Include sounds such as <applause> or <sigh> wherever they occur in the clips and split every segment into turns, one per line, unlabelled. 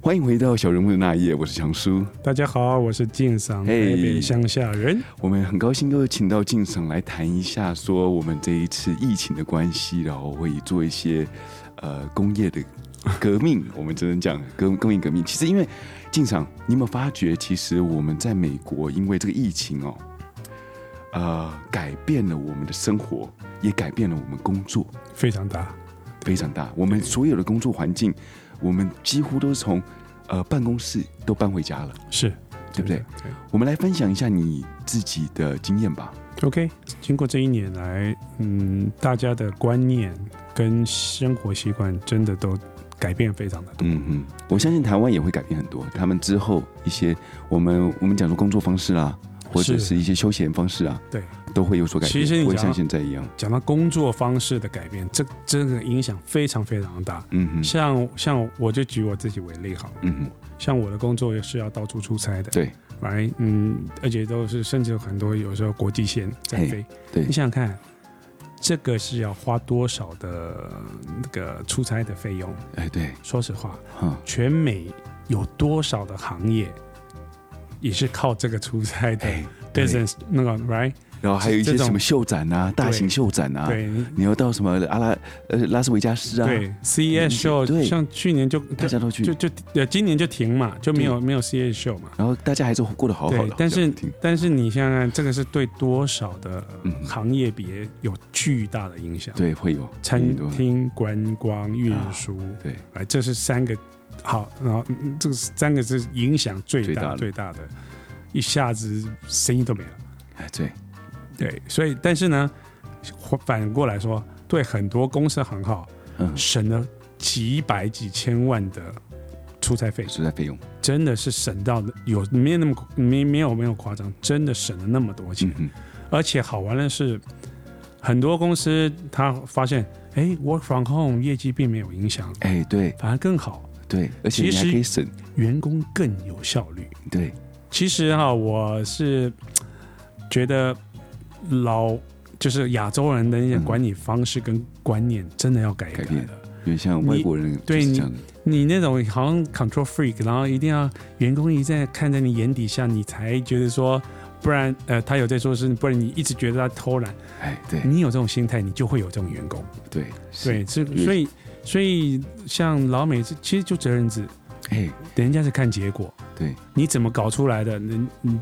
欢迎回到小人物的那一页，我是强叔。
大家好，我是晋赏
嘿
台北乡下人。
我们很高兴又请到晋赏来谈一下，说我们这一次疫情的关系，然后会做一些呃工业的革命。我们只能讲 <laughs> 工工业革命。其实因为晋赏，你有没有发觉，其实我们在美国因为这个疫情哦，呃，改变了我们的生活，也改变了我们工作。
非常大，
非常大。我们所有的工作环境，我们几乎都是从呃办公室都搬回家了，
是
对不对？
对。
我们来分享一下你自己的经验吧。
OK，经过这一年来，嗯，大家的观念跟生活习惯真的都改变非常的多。
嗯嗯，我相信台湾也会改变很多，他们之后一些我们我们讲说工作方式啦，或者
是
是一些休闲方式啊，
对，
都会有所改变，
其实你
不会
讲
像现在一样。
讲到工作方式的改变，这这个影响非常非常大。
嗯哼，
像像我就举我自己为例好了，
嗯哼，
像我的工作也是要到处出差的，
对，
来，嗯，而且都是甚至有很多有时候国际线在
嘿
飞，
对
你想想看，这个是要花多少的那个出差的费用？
哎对，
说实话，
哈，
全美有多少的行业也是靠这个出差
<laughs>
的
哎，对
business 那个 right？、
然后还有一些
这种
什么秀展啊，大型秀展啊，
对你
你要到什么阿拉呃拉斯维加斯啊，
对
嗯
CES
对
show，像去年就
大
就
家都去
就，就呃今年就停嘛，就没有没有 CES show 嘛。
然后大家还是过得好好的
对
好像，
但是
挺
但是你想想看，这个是对多少的
嗯
行业别有巨大的影响？
对，会有
餐
多
厅、观光、运输，
对，
哎，这是三个好，然后嗯这个三个是影响最
最大
大
的
最大的，一下子生意都没了。
哎，对，
对，所以但是呢，反过来说，对很多公司很好，
嗯，
省了几百几千万的出差费，
出差费用，
真的是省到有没有那么没没有没有夸张，真的省了那么多钱
嗯。嗯，
而且好玩的是，很多公司他发现，哎，work from home 业绩并没有影响，
哎，对
反而更好，
对，而且
其
你还
实
可以省，
员工更有效率。
对，
其实哈、我是觉得老就是亚洲人的那些
嗯
管理方式跟观念真的要改一
改
改
变
的。
有点像外国人就
对
是
你
这样的，
你那种好像 control freak，然后一定要员工一直在看在你眼底下，你才觉得说，不然呃，他有在做事，不然你一直觉得他偷懒。
哎，对
你有这种心态，你就会有这种员工。
对
嗯对，
是，嗯
这
越
所以所以像老美这其实就责任制，
哎，
人家是看结果，
对，
你怎么搞出来的，你你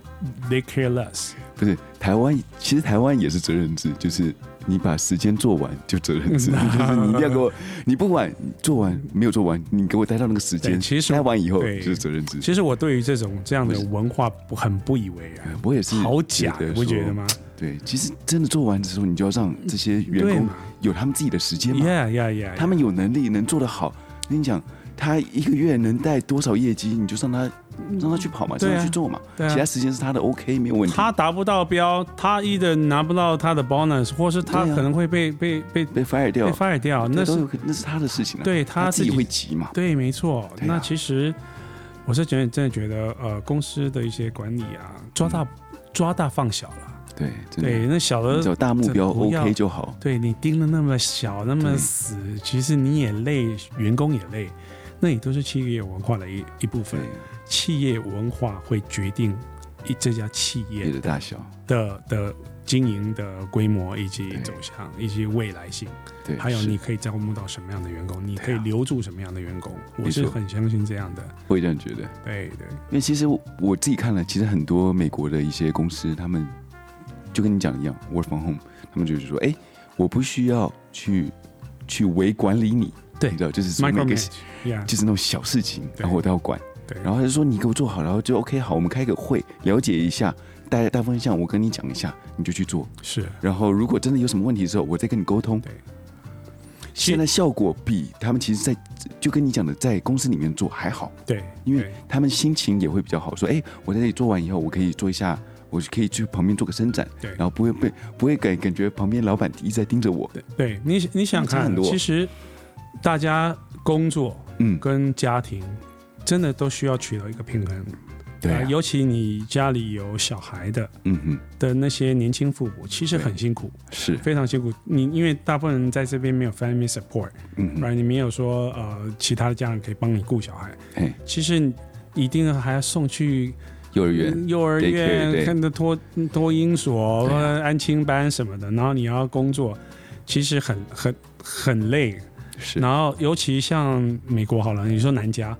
they care less，
不是台湾，其实台湾也是责任制，就是你把时间做完就责任
<laughs>
制，就是你一定要给我，你不管做完没有做完，你给我待到那个时间
对，其实
待完以后
对
就是责任制。
其实我对于这种这样的
不是
文化不很不以为然
呃，我也是
好假，
觉
你
得
不觉
说
得？吗？
对，其实真的做完的时候，你就要让这些员
对
工
嘛
有他们自己的时间嘛。
？Yeah yeah yeah，
他们有能力能做得好，跟你讲，他一个月能带多少业绩，你就让他让他去跑嘛，
对
让
啊
他去做嘛，
对啊
其他时间是他的 OK 没有问题。
他达不到标，他一的拿不到他的 bonus，或是他
对啊
可能会被被被
被 fire 掉
被，fire 掉，那
那都
是
有可那是他的事情啊，
对
他
他
自己会急嘛，
对，没错。
对啊
那其实我是觉得真的觉得，呃，公司的一些管理啊，抓大抓大放小了。
嗯对，嗯真的，
对，那小
你只
的，
要大目标
这不要
OK 就好，
对你盯的那么小那
对
么死，其实你也累，员工也累，那也都是企业文化的一一部
对
分。，企业文化会决定一这家企
业
业
的大小，
的的经营的规模以及
对
走向以及未来性。
对，
还有
是
你可以招募到什么样的员工，你可
对
以
啊
留住什么样的员工，
没错
我是很相信这样的。
会这样觉得，
对对，
因为其实我我自己看了，其实很多美国的一些公司，他们就跟你讲一样，work from home，他们就是说，哎，我不需要去去微管理你，
对
你知道，就是从那个
micromanage，yeah，
就是那种小事情，
对
然后我都要管。
对，
然后他就说你给我做好，然后就 OK 好，我们开个会了解一下大家大方向，我跟你讲一下，你就去做。
是
然后如果真的有什么问题的时候，我再跟你沟通。
对。
现在效果比他们其实在，就跟你讲的，在公司里面做还好，
对，
因为
对
他们心情也会比较好。说，哎，我在这里做完以后，我可以做一下，我可以去旁边做个伸展，
对
然后不会被不会感感觉旁边老板一直在盯着我。
对你你想
差很
看，
多
其实大家工作
嗯，
跟家庭真的都需要取得一个平衡。
对啊
呃尤其你家里有小孩的
嗯哼，
的那些年轻父母，其实
对
很辛苦，
是，
非常辛苦。你因为大部分人在这边没有 family support，
嗯哼，
right？你没有说呃其他的家人可以帮你顾小孩，
哎，
其实你一定还要送去
幼儿园，
嗯幼儿
daycare，对
园、看的托托婴所、
对啊
安亲班什么的，然后你要工作，其实很很很累。
是，
然后尤其像美国好了，你说南加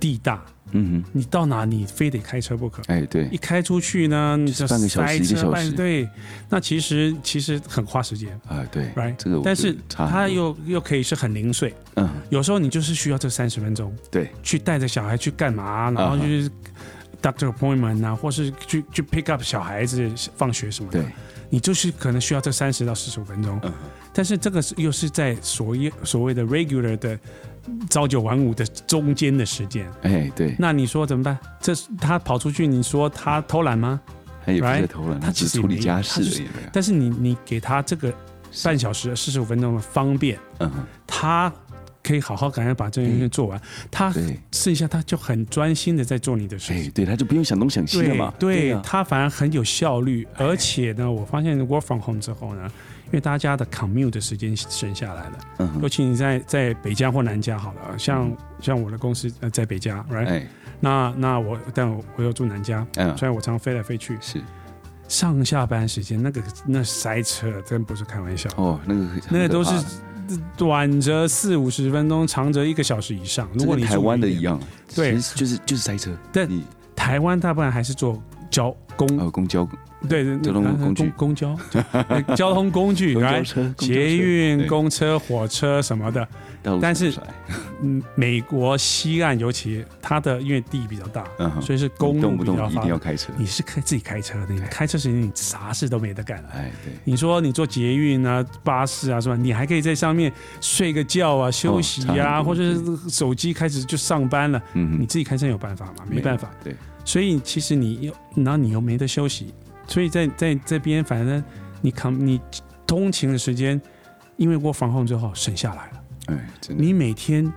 地大，
嗯哼，
你到哪你非得开车不可。
哎，对
一，开出去呢，你就
半个小时
塞
一个
车
小
半
时
对，那其实其实很花时间
啊，对
，right？
这个我
但
觉
是
得差很
它
多，
又又可以是很零碎，
嗯，
有时候你就是需要这三十分钟，
对，
去带着小孩去干嘛，然后
啊哈
就是 doctor appointment 啊，或是去去 pick up 小孩子放学什么的
对，，
你就是可能需要这三十到四十五分钟。
嗯，
但是这个是又是在所谓所谓的 regular 的朝九晚五的中间的时间，
哎，对，
嗯那你说怎么办？这是他跑出去，你说他偷懒吗？
他也不是
right？
在偷懒，
他
只
其
是
实
处
也
理
没
家
他
事
就
而
是
已啊嘛，
但是你你给他这个半小时四十五分钟的方便，
嗯哼，
他可以好好赶快把这件事情做完，他
对，
剩下他就很专心的在做你的事情
哎，。对，他就不用想东想西了嘛，哎
对，
啊
他反而很有效率，而且呢，我发现 work from home 之后呢，因为大家的 commute 的时间省下来了，
嗯哼
尤，其你在在北加或南加好了，像、像我的公司呃在北加，right？、
嗯哎，
那那我但我我又住南加，
嗯，
虽然我常常飞来飞去，
是，
上下班时间那个那塞车真不是开玩笑，
哦，那个很
那个
很可
都
怕
是短则四五十分钟，长则一个小时以上。如
这
果
跟
你
台
住
湾
远
的
点
一，样，
对
其实就是就是塞车，
但
你
台湾大部分还是坐交公
呃公交
对对，
交通
那
工具
公公交，呃交通工具，
公交
来
车、公交车
捷运、
对
公车、火车什么的。
道路
但
上
是
出来
嗯，美国西岸尤其它的因为地比较大，
嗯哼
所以是公
你动
路
不
比
动
较
一定
发达
要。开车，
你是开自己开车的，你开车时间你啥事都没得干了。
哎，对，
你说你坐捷运啊、巴士啊，是吧？你还可以在上面睡个觉啊、休息
哦差
啊，
很多
或者是手机开始就上班了。
嗯哼，
你自己开车有办法吗？没办法。，
对，
所以其实你又，然后你又没得休息，所以在在这边，反正你扛你通勤的时间，因为我防控之后省下来了。
哎，真的，
你每天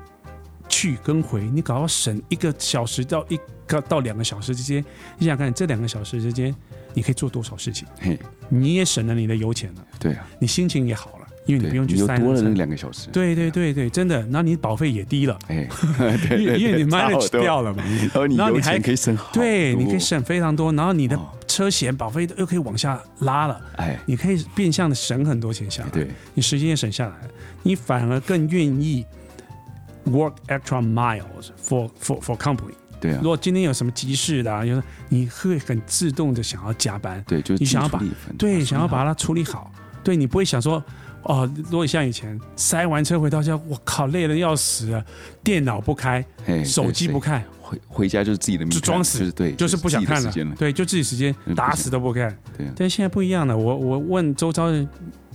去跟回，你搞要省一个小时到一个到两个小时之间，你想想看，这两个小时之间你可以做多少事情？
嘿，
你也省了你的油钱了，
对啊，
你心情也好了，因为你
对，
不用去
又
塞那
多了那
车。
两个小时，，
对对对对，真的，然后你保费
<laughs>
也低了， <laughs>
哎，
因为因为你
差好
manage
多
掉了嘛。
然后你
然后
油
你还
钱可以省好多，
对，你可以省非常多，然后你的
哦
车险保费又可以往下拉了，
哎，
你可以变相的省很多钱下来，
对，
你时间也省下来了，你反而更愿意 work extra miles for for for company。
对啊
如，果今天有什么急事的、啊，就是你会很自动的想要加班，
对，就是
你想要把
尽处理反正
对，
把
想要把它处理好，对你不会想说。哦，如果像以前塞完车回到家，我靠，累得要死了，电脑不开，
哎，
手机
对
不，看，
对回回家就是自己的命
就
看，
装死
就是对，
就是不想看
自己的
了
时间了，，嗯
对，就自己时间
不想
打死都不看。
对啊，
但现在不一样了，我我问周遭人，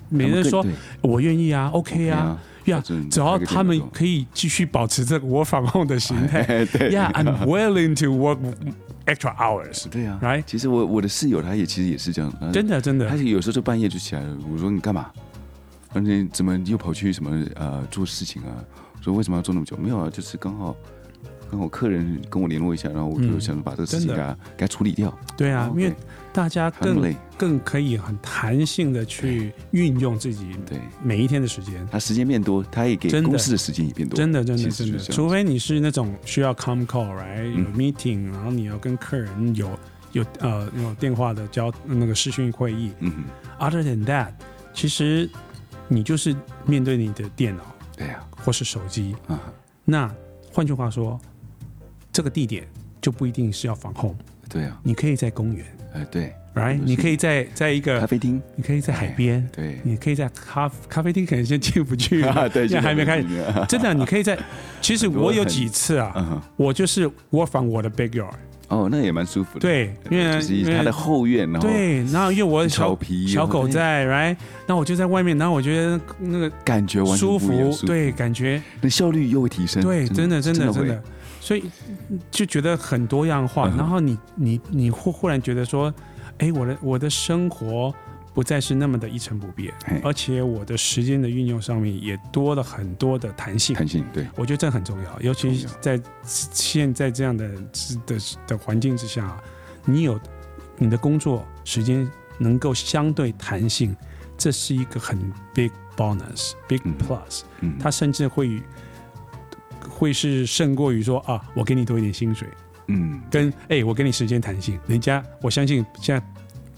每
他们
人
更
说
对
我愿意啊
对
，OK 啊，，呀
保证
只要
嗯开个
他们
电脑
可以继续保持这个我防
<laughs>
控的心态
哎，对
，Yeah，I'm willing to work extra
<laughs>
hours，
对啊
Right？
其实我我的室友他也其实也是这样，他
真的真
他
的，
是有时候就半夜就起来了，我说你干嘛？而且怎么又跑去什么呃做事情啊？我说为什么要做那么久？没有啊，就是刚好刚好客人跟我联络一下，然后我就
嗯
想把这个事情
真
给
的
他、给他处理掉。
对啊，因为大家
很
更
累，
更可以很弹性的去运用自己
对
每一天的时间。
他时间变多，他也给
真的
公司的时间也变多。
真的，真的，
其实
真
就是
的，
这样子
除非你是那种需要 com call，right，有
嗯
meeting，然后你要跟客人有有呃有电话的交那个视讯会议，
嗯哼，
Other than that，其实你就是面对你的电脑
对呀、
或是手机。
啊，啊，
那换句话说，这个地点就不一定是要防控，
对呀、
你可以在公园
啊，哎、对，
，right？
是
你可以在在一
咖哎
个，
啡厅，
你可以在海边，
对，，
你可以在咖咖啡厅，可能先进不去
<laughs> 对，
因 <laughs> 为还没开始。
始，啊
真的，你可以在。其实
很多
我有
很
几次啊，
嗯哼，
我就是我仿我的 backyard，
<laughs> 哦，那也蛮舒服的。，
对，因为
就是
因
他的
为
后院，然后
对，然后因为我
草
小
皮，
小
然后
狗
那
在，right？那我就在外面，然后我觉得那个
感觉完全
舒
不一样
服，，对，感觉
那效率又会提升。
对，真的，真的，
会
真的，所以就觉得很多样化。
嗯哼
然后你，你，你忽忽然觉得说，哎，我的我的生活不再是那么的一成不变
嘿，
而且我的时间的运用上面也多了很多的弹性。
弹性对，
我觉得这很重要，尤其
重要
在现在这样的的的环境之下，你有你的工作时间能够相对弹性，这是一个很 big bonus，big
嗯
plus，、
嗯，
它甚至会会是胜过于说啊，我给你多一点薪水，
嗯
跟哎、我给你时间弹性，人家我相信现在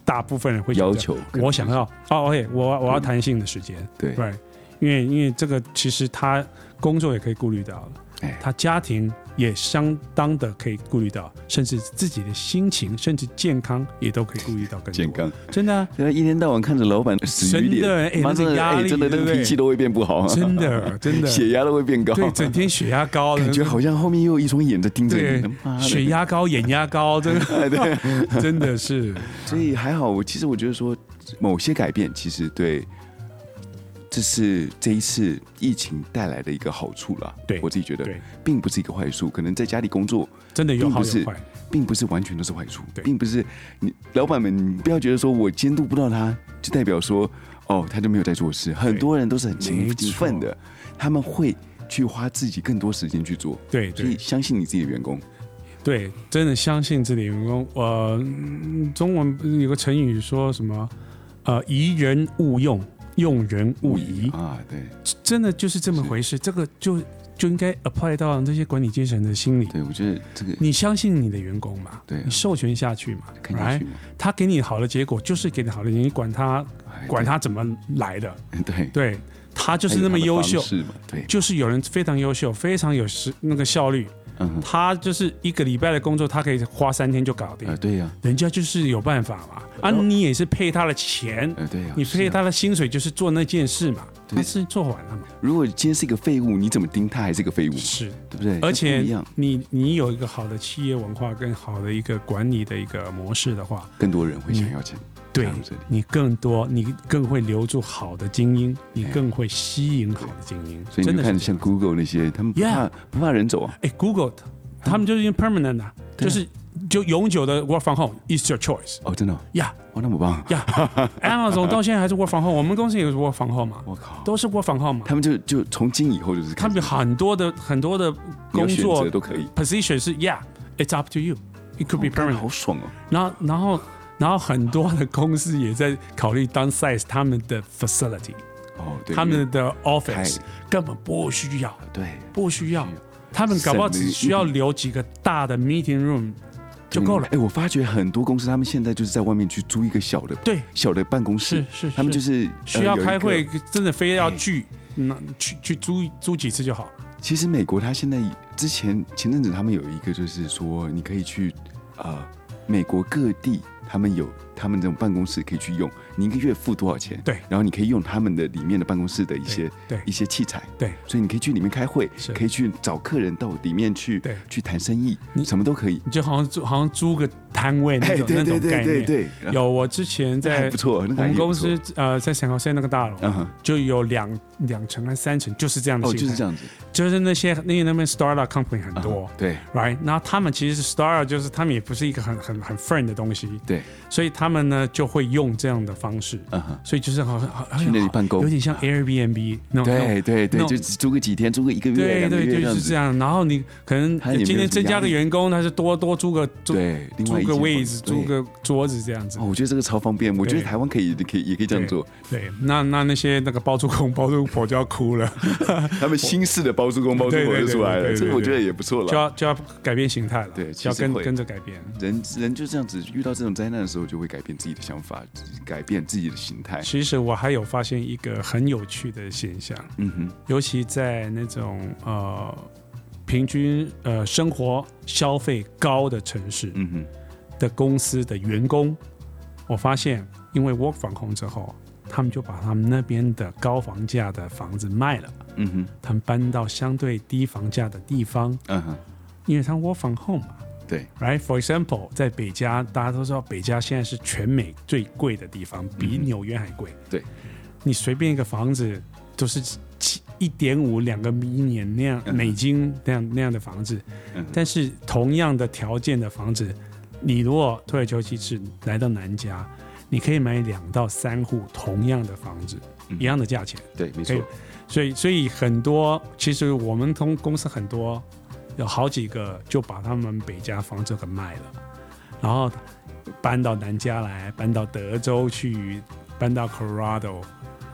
大部分人会
要
想这样
求更
我想要哦，OK，我我要弹性的时间，
对
对，因为因为这个其实他工作也可以顾虑到了
哎，
他家庭也相当的可以顾虑到，甚至自己的心情，甚至健康也都可以顾虑到更多
健，康，
真的啊、
现在一天到晚看着老板死鱼
真的哎
脸，妈
那个
真的
压
哎
力
真的那
对不
个
对
脾气都会变不好，啊
真的真的，
哦 <laughs> 血压都会变高，啊
对，整天血压高的
感觉好像后面又有一双眼在盯着
对
你，妈的
血压高、眼压高，
<laughs>
真
哎
的 <laughs> 真的是，
所以还好，我其实我觉得说，某些改变其实对，这是这一次疫情带来的一个好处啦。
对
我自己觉得
对，
并不是一个坏处。可能在家里工作，
真的有
并
好
不是
有坏，
并不是完全都是坏处，
对
并不是你老板们，你不要觉得说我监督不到他，就代表说哦他就没有在做事。很多人都是很勤
没错
勤奋的，他们会去花自己更多时间去做。
对
所
对
以。相信你自己的员工，
对，真的相信自己的员工。呃，嗯中文不是有个成语说什么？呃，疑人勿用，用人勿疑，
啊，对
真的就是这么回事。这个就就应该 apply 到这些管理阶层的心理。
对，我觉得这个
你相信你的员工嘛？
对啊
你授权下去嘛？
看下去
right？
嘛，
他给你好的结果，就是给你好的结果，你管他
哎
管他怎么来的，
对对。
对他就是那么优秀，
是嘛？对，
就是有人非常优秀，非常有时那个效率，
嗯哼，
他就是一个礼拜的工作，他可以花三天就搞定
呃，。对呀、
人家就是有办法嘛，啊，
然后
你也是配他的钱，
呃，对呀、
你
是
配
啊
他的薪水就是做那件事嘛，
对
他是做完了嘛，
如果今天是一个废物，你怎么盯他还是个废物，
是，
对不对？
而
那
且
不一样，
你你有一个好的企业文化跟好的一个管理的一个模式的话，
更多人会
嗯
想要钱。
对
加入这里
你更多，你更会留住好的精英，你
哎
更会吸引好的精英，
所以
真
你就是看
的这样
像 Google 那些，他们不怕不怕人走啊，
哎，Google，他们就是因为 permanent 的、
对啊
就是就永久的 work from home，is your choice
哦，真的哦、
呀
哇，那么棒，
呀 <laughs> ，Amazon 到现在还是 work from home，我们公司也是 work from home 嘛，
我靠，
都是 work from home 嘛。
他们就就从今以后就是
他们很多的很多的
你
工
要选
作
择都可以
position 是 yeah it's up to you it could
哦
be
看着
permanent，、
好爽哦，
然后然后然后很多的公司也在考虑 downsize 他们的 facility，
哦，对，
他
因为
们的 office
太
根本不需要
对
不需要
不需要，
他们搞不好
省
只
力
需要留几个大的 meeting room 就够了
嗯哎、。我发觉很多公司他们现在就是在外面去租一个小的
对，
小的办公室
是，是
嗯他们就是
需要
呃有一
开
个
会，真的非要
哎
聚，那去去租租几次就好了。
其实美国它现在之前前阵子他们有一个就是说，你可以去呃美国各地，他们有他们这种办公室可以去用，你一个月付多少钱？
对
然后你可以用他们的里面的办公室的一些
对
一些器材，
对
所以你可以去里面开会
是，
可以去找客人到里面去
对
去谈生意，
你
什么都可以。
你就好像租好像租个摊位那
哎，
种
对
那
对
种
对
概
对
念。
对，
有，我之前
那还
在
不错，那
我
个还
们
不错
公司呃在三号线那个大楼，
嗯哼，
就有两两层还三层，就是这样的
哦
形态，
就是这样子，
就是那些那那边 startup company 很
嗯哼
多。
对
Right，然后他们其实是 startup，就是他们也不是一个很很很 friend 的东西，
对，
所以他们呢就会用这样的方式，
嗯哼，
所以就是好像好像
去那里办公啊
有点像 Airbnb 那种，那种
对对对，
那
就租个几天，租个一个月、
对
两个月
对，
这
就
样
是这
子，
样。然后你可能
他也没有
今
什么
天增加
压
个
力
员工，他是多多租个租
对，另外
租
一
个
间
位
房
置，
对
租个桌子这样子
哦，。我觉得这个超方便，我觉得台湾可以，可以也可以这样做。
对，那那那些那个包租公、包租婆就要哭了，
他们新式的包租公包租
对
婆
对
就出来
对
了，
对对
这个我
对
觉得也不错
就
了。
要就要改变形态了，
对
就要
其实
跟
会
跟着改变。
人人就这样子，遇到这种灾难的时候，就会改变自己的想法，改变自己的心态。
其实我还有发现一个很有趣的现象，
嗯哼，
尤其在那种呃平均呃生活消费高的城市
嗯哼，
的公司的员工，我发现因为 work from home 之后，他们就把他们那边的高房价的房子卖了，
嗯哼，
他们搬到相对低房价的地方，
嗯哼，
因为他们 work from home 嘛。
对，
Right, for example，在北加，大家都知道北加现在是全美最贵的地方，比
嗯哼
纽约还贵。
对，
你随便一个房子都是七一点五两个 million 那样
嗯哼
美金那样那样的房子，
嗯哼，
但是同样的条件的房子，你如果退而求其次来到南加，你可以买两到三户同样的房子，
嗯
一样的价钱。
对，没
可以
错，
所以，所以很多其实我们同公司很多有好几个就把他们北家房子给卖了，然后搬到南加来，搬到德州去，搬到 Colorado，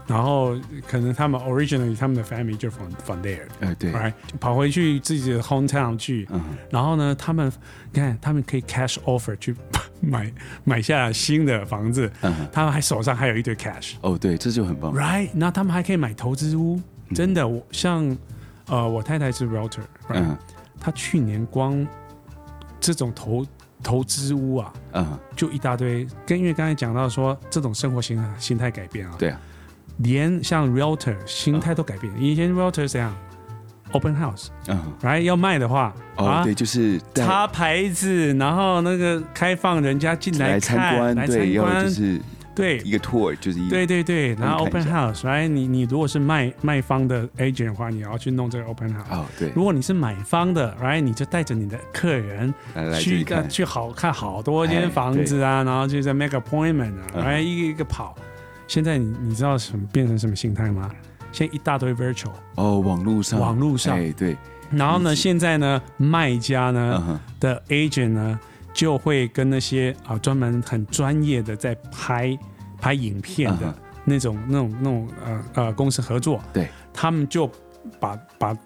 然后可能他们 originally 他们的 family 就 from from there，
哎，对，
right，就跑回去自己的 hometown 去，
嗯，
然后呢，他们你看他们可以 cash offer 去 <laughs> 买买下新的房子，
嗯
他们还手上还有一堆 cash。
哦，对，这就很棒，
right？那他们还可以买投资屋，
嗯
真的，我像呃，我太太是 realtor，、right?
嗯
她去年光这种投投资屋啊，
嗯，
就一大堆。跟因为刚才讲到说，这种生活形心态改变啊，
对啊，
连像 realtor 心态都改变。以前 realtor 怎样？open house，right？
嗯，
要卖的话，
哦，
啊
对，就是带
插牌子，然后那个开放人家进
来
看，
参观，
来
对，
参
要
观，
就是
对，
一个 tour，就是一
对对对，然
看
后 open
一
house，来你你如果是卖卖方的 agent 的话，你要去弄这个 open house。
哦，对，
如果你是买方的，来你就带着你的客人
来来这
去
里
一个
看，
去好看好多
哎
间房子啊，然后就在 make appointment 啊，
嗯
来一个一个跑。现在你你知道什么变成什么心态吗？现在一大堆 virtual
哦，网络上，
网络上，
哎，对，
然后呢，
理解
现在呢，卖家呢、
嗯哼，
的 agent 呢，就会跟那些啊专门很专业的在拍拍影片的、
嗯哼
那种那种那种呃呃公司合作，
对，
他们就把把那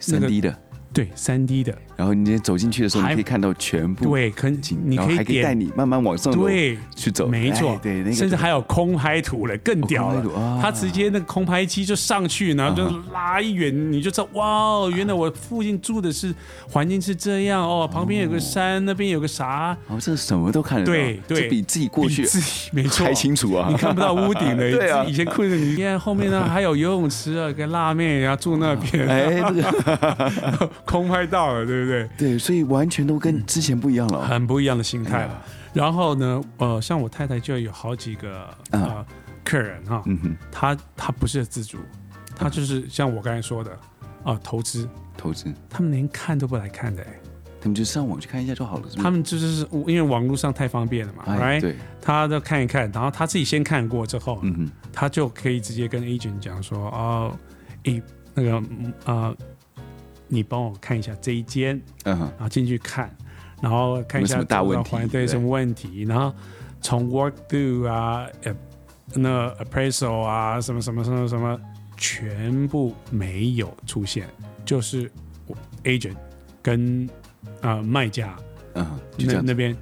三
个
D 的，
对三 D 的，
然后你今天走进去的时候，
还
你可以看到全部
对，可
景，
你
然后
可以
还可以带
点
你慢慢往上楼
对，
去走，
没错，
哎对，那个哦
甚至还有空拍图了，更屌了。
了
他直接那个空拍机就上去，然后
嗯
就拉一远，你就知道哇哦，原来我附近住的是环境是这样哦，旁边有个山，那边有个啥，
哦，这什么都看得到，
对对
这比自己过去
比自己没错
还，清楚啊！
<laughs> 你看不到屋顶的，
<laughs> 对啊
以前困着你。你看后面呢，还有游泳池啊，跟辣妹然后住那边， <laughs>
哎，这个
空拍到了，对不对？
对，所以完全都
嗯
跟之前不一样了。
很不一样的心态
嗯
了。然后呢，呃，像我太太就有好几个呃客人哈，
嗯哼，
她她不是自住，她就是像我刚才说的啊，投资，
投资，
他们连看都不来看的，哎
他们就上网去看一下就好了，是不
他
是？
们就是因为网络上太方便了嘛
嗯哎，
，right？
对，
他都看一看，然后他自己先看过之后，
嗯哼，
他就可以直接跟 agent 讲说，哦，诶，那个嗯啊、你帮我看一下这一间，
嗯哼，
然后进去看，然后看一
有没有什
下
么大问题
周遭环对
对
什么问题，然后从 work do 啊，呃，那 appraisal 啊，什么什么什么什么，全部没有出现，就是我 agent 跟啊、呃卖家
嗯哼，就这
那
样子，
那边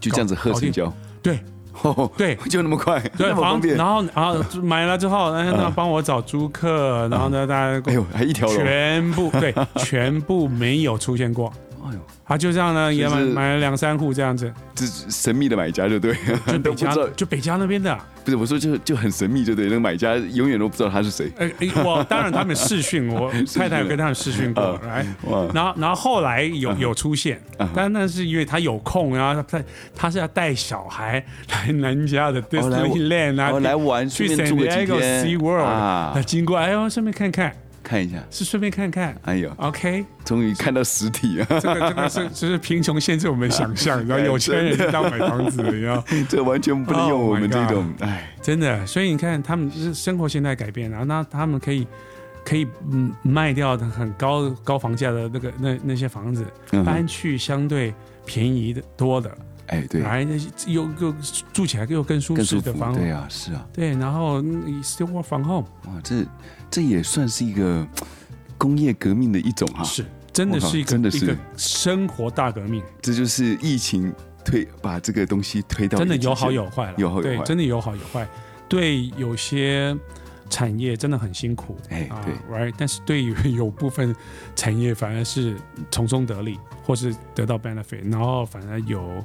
就这样子喝成交，
对
<laughs> 哦，
对
就那么快，
对
那么方
房，
便
然。后然后买了之后，然后他
嗯
帮我找租客，然后呢，大家
哎呦，还
<laughs>
一条龙，哎
全部
<laughs>
对全部没有出现过，
哎呦，
他就这样呢，也买
就是
买了两三户这样子，
这神秘的买家就对，
就
都
北
<laughs> 不知
加
道，
就北加那边的，
不是我说就就很神秘就对，那个买家永远都不知道他是谁，
呃，
<laughs>
哎我当然他们试训，我太太有跟他们试训过，来，
啊哇，啊
然后然后后来有有出现，但那是因为他有空啊，他他他是要带小孩来南加的
哦来
Disneyland
然后来
啊，
玩，
去
顺
San
便住个几
Diego
天
Sea World
啊
那，经过，哎呦，顺便看看，
看一下，
是顺便看看
哎呦，
，OK，
终于看到实体
<laughs>
啊！
这个这个是就是贫穷限制我们想
<laughs>
象，你知道，有钱人就当买房子，你知道。
这完全不能
Oh
用我们这种，哎、
<laughs> 真的，所以你看，他们就是生活现在改变了，那他们可以可以嗯卖掉很高高房价的那个那那些房子，
嗯哼
搬去相对便宜的多的，
哎，对，
来那些又又住起来又更舒
更
适
舒
的
服
房，，
对啊，是啊，
对，然后嗯 still work from home，、
哇，这这也算是一个工业革命的一种哈、
是真的
我靠
是一个
真的是
一个生活大革命，
这就是疫情推把这个东西推到
真的
一个极限
有好有坏了，
有好有
对，
坏
真的有好有坏，对有些产业真的很辛苦，
哎，
啊
对，
，right？但是对于 <laughs> 有部分产业反而是从中得利，或是得到 benefit，然后反而有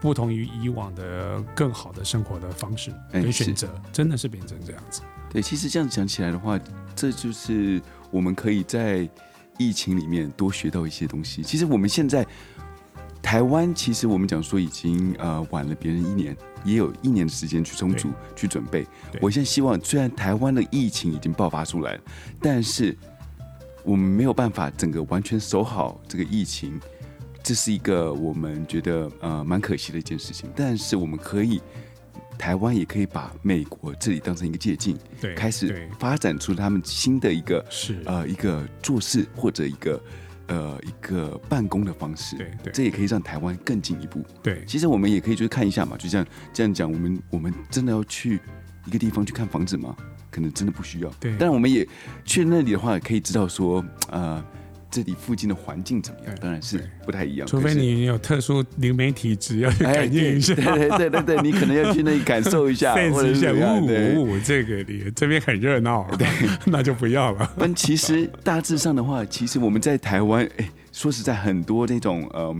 不同于以往的更好的生活的方式
哎
跟选
是
择，真的是变成这样子。
对，其实这样讲起来的话，这就是我们可以在疫情里面多学到一些东西。其实我们现在台湾，其实我们讲说已经呃晚了别人一年，也有一年的时间去充足去准备
对。
我现在希望，虽然台湾的疫情已经爆发出来了，但是我们没有办法整个完全守好这个疫情。这是一个我们觉得呃蛮可惜的一件事情，但是我们可以台湾也可以把美国这里当成一个借鉴，
对，
开始
对
发展出他们新的一个
是，
呃一个做事或者一个呃一个办公的方式。
对对
这也可以让台湾更进一步。
对
其实我们也可以就是看一下嘛，就这样这样讲，我们我们真的要去一个地方去看房子吗？可能真的不需要。
对
但我们也去那里的话，可以知道说，呃，这里附近的环境怎么样？
对
当然是
对
不太一样。
除非
可是哎
你有特殊灵媒体质，要去感应一下。
对对对对对，你可能要去那里感受一
<laughs>
下，或
sense
者
一
是
下，
怎么样对。
呜，这个里这边很热闹， <laughs> 那就不要
<laughs>
了。
但其实大致上的话，其实我们在台湾，哎，说实在，很多那种呃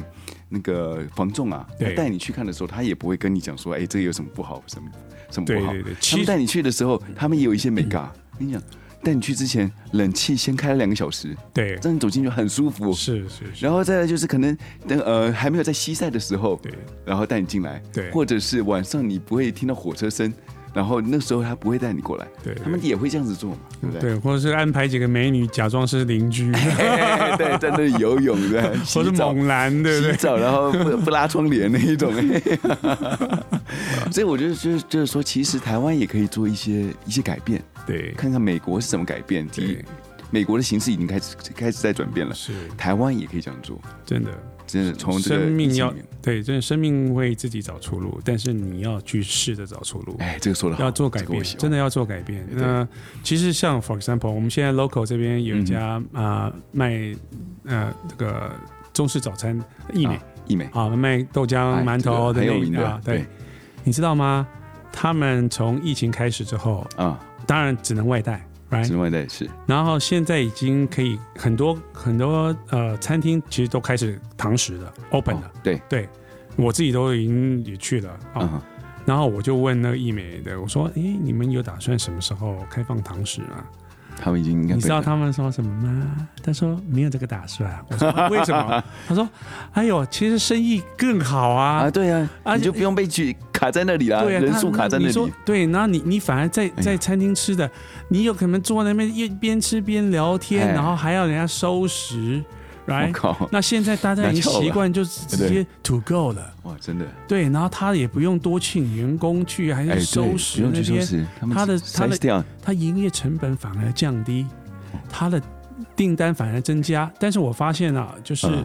那个房仲啊，他
对
带你去看的时候，他也不会跟你讲说，哎，这个有什么不好，什么什么
对
不好
对对，
他
其
们
实
带你去的时候，他们也有一些美嘎。跟你讲，带你去之前，冷气先开了两个小时，
对
让你走进去很舒服。
是是是，
然后再来就是可能等呃还没有在西晒的时候，
对
然后带你进来，
对
或者是晚上你不会听到火车声，然后那时候他不会带你过来，
对对
他们也会这样子做嘛，对不对？
对，或者是安排几个美女假装是邻居，
对，对，在那里游泳对，
或
<laughs> 洗
是
澡。
猛男，对不
洗
对？
澡，然后不不拉窗帘那一种， <laughs> 所以我觉得就是就是说，其实台湾也可以做一些一些改变，
对，
看看美国是怎么改变。第一
对，
美国的形势已经开始开始在转变了，
是
台湾也可以这样做，
真的，
真的从这个
生
疫
命
情
要
里面
对，真的生命会自己找出路，但是你要去试着找出路。
哎，这个说的好，
要做改
这个
变
我喜，欢
真的要做改变。
对
那其实像 for example，我们现在 local 这边有一家
嗯
啊、呃卖呃这个中式早餐意美
啊意美
啊，卖豆浆、
哎
馒头
这
的
个很
那
有名
一啊
的，
对，你知道吗？他们从疫情开始之后，
啊，
当然只能外带，right？
之外的是哦
然后现在已经可以很多很多呃餐厅其实都开始堂食了，open 了。
哦对，
对，我自己都已经也去了啊。
嗯哼，
然后我就问那个艺美的，我说：“诶，你们有打算什么时候开放堂食吗
他们已经应？”该
你
被
知道他们说什么吗？他说没有这个打算。我说为什么？他说：“哎呦，其实生意更好啊
啊，，对啊，
啊
你就不用被举卡在那里啦，
对啊，
人
他
数卡在那
你说
里，哎
对，然后你你反而在
呀
在餐厅吃的，你有可能坐那边一边吃边聊天，
哎
然后还要人家收拾
我
，right？
靠，
那现在大家已经
拿翘了哎
习惯就是直接 to go 了。”
哇，真的，
对，然后他也不用多请员工去，还
哎，
是收
对，
拾
不用
那
去收
些
拾，他们
他的他的
塞掉，
它营业成本反而降低，它的订单反而增加。但是我发现啊，就是
嗯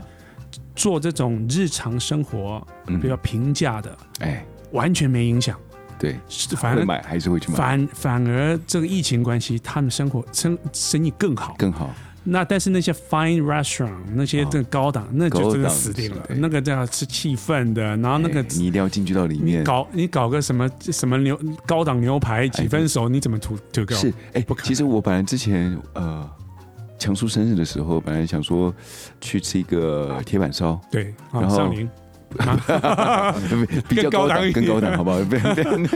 做这种日常生活
嗯
比较平价的，
哎，
完全没影响，
对，
是反
会
而
买还是会去买，
反反而这个疫情关系，他们生活生生意更好。
更好，
那但是那些 fine restaurant 那些
哦
这高档，那就真
高
的
档
死定了
是，对
那个叫吃气氛的，然后那个
哎你一定要进去到里面，
搞你搞个什么什么牛高档牛排几分熟，你怎么 to to go？
哎是，哎
不可，能
其实我本来之前呃。强叔生日的时候，本来想说去吃一个铁板烧， <laughs>
对啊，
然后
上林啊
<laughs> 比较高档，更
<laughs> 更高档一点
高档，好不
<laughs>
好？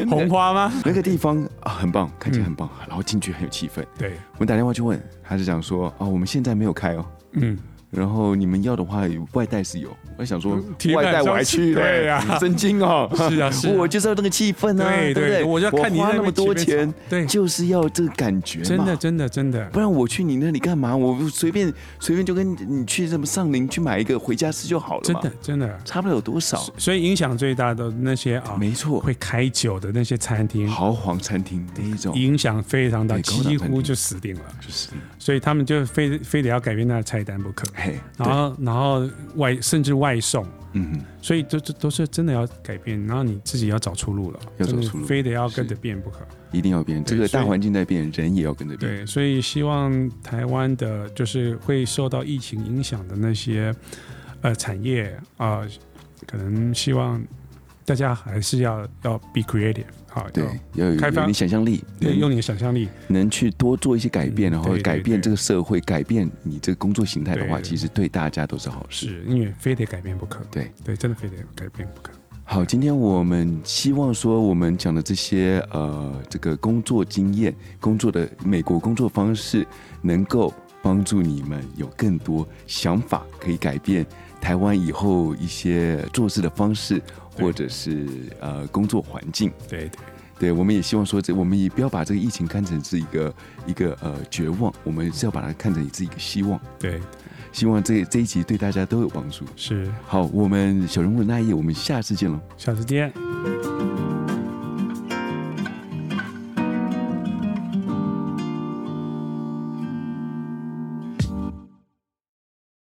红嗯花吗？
<laughs> 那个地方啊，很棒，看起来很棒，然后进去很有气氛。
对，
我们打电话去问，他是讲说啊，我们现在没有开哦，
嗯，
然后你们要的话，外带是有。我想说
嗯铁，板
外带我还
烧
去嘞，
对呀
真精哦，
是
<laughs>
啊，是啊
我就是要 <laughs> 那个气氛啊，
对
不对？
我就看你
花
在
那么
边
多
起面
钱，
对，
就是要这个感觉嘛，
真的，真的，真的，
不然我去你那里干嘛？我随便随便就跟你去什么上林去买一个回家吃就好了
真
嘛，
的，真的。
差不了多少。
所以影响最大的那些啊，
没错，
会开酒的那些餐厅，
豪华餐厅那一种，
影响非常大，
哦对高档
几
餐
乎
厅
就死定了。
就是
所以他们就非非得要改变他的菜单不可。
嘿，
然
对，
后，然后外甚至外送，
嗯哼。
所以这这都是真的要改变。然后你自己要找出路了，
要找
真的
出路
非得要跟
是
着变不可。
一定要变，
对
这个
所以
大环境在变，人也要跟着变。
对，所以希望台湾的，就是会受到疫情影响的那些呃产业啊、可能希望大家还是要要 be creative 啊，
对
要，
要有
开
有
发
点想象力，嗯
对，
能
用你的想象力，
能去多做一些改变，
嗯
然后
对对
改变
对
这个社会，改变你这个工作形态的话，
对对
其实对大家都是好事。
是因为非得改变不可。
对
对，真的非得改变不可。
好，今天我们希望说，我们讲的这些呃，这个工作经验、工作的美国工作方式，能够帮助你们有更多想法，可以改变台湾以后一些做事的方式，
对
或者是呃工作环境。
对对
对，我们也希望说这，我们也不要把这个疫情看成是一个一个呃绝望，我们是要把它看成是一个希望。
对，
希望这这一集对大家都有帮助。
是，
好，我们小人物的那一页，我们下次见喽。
下次见。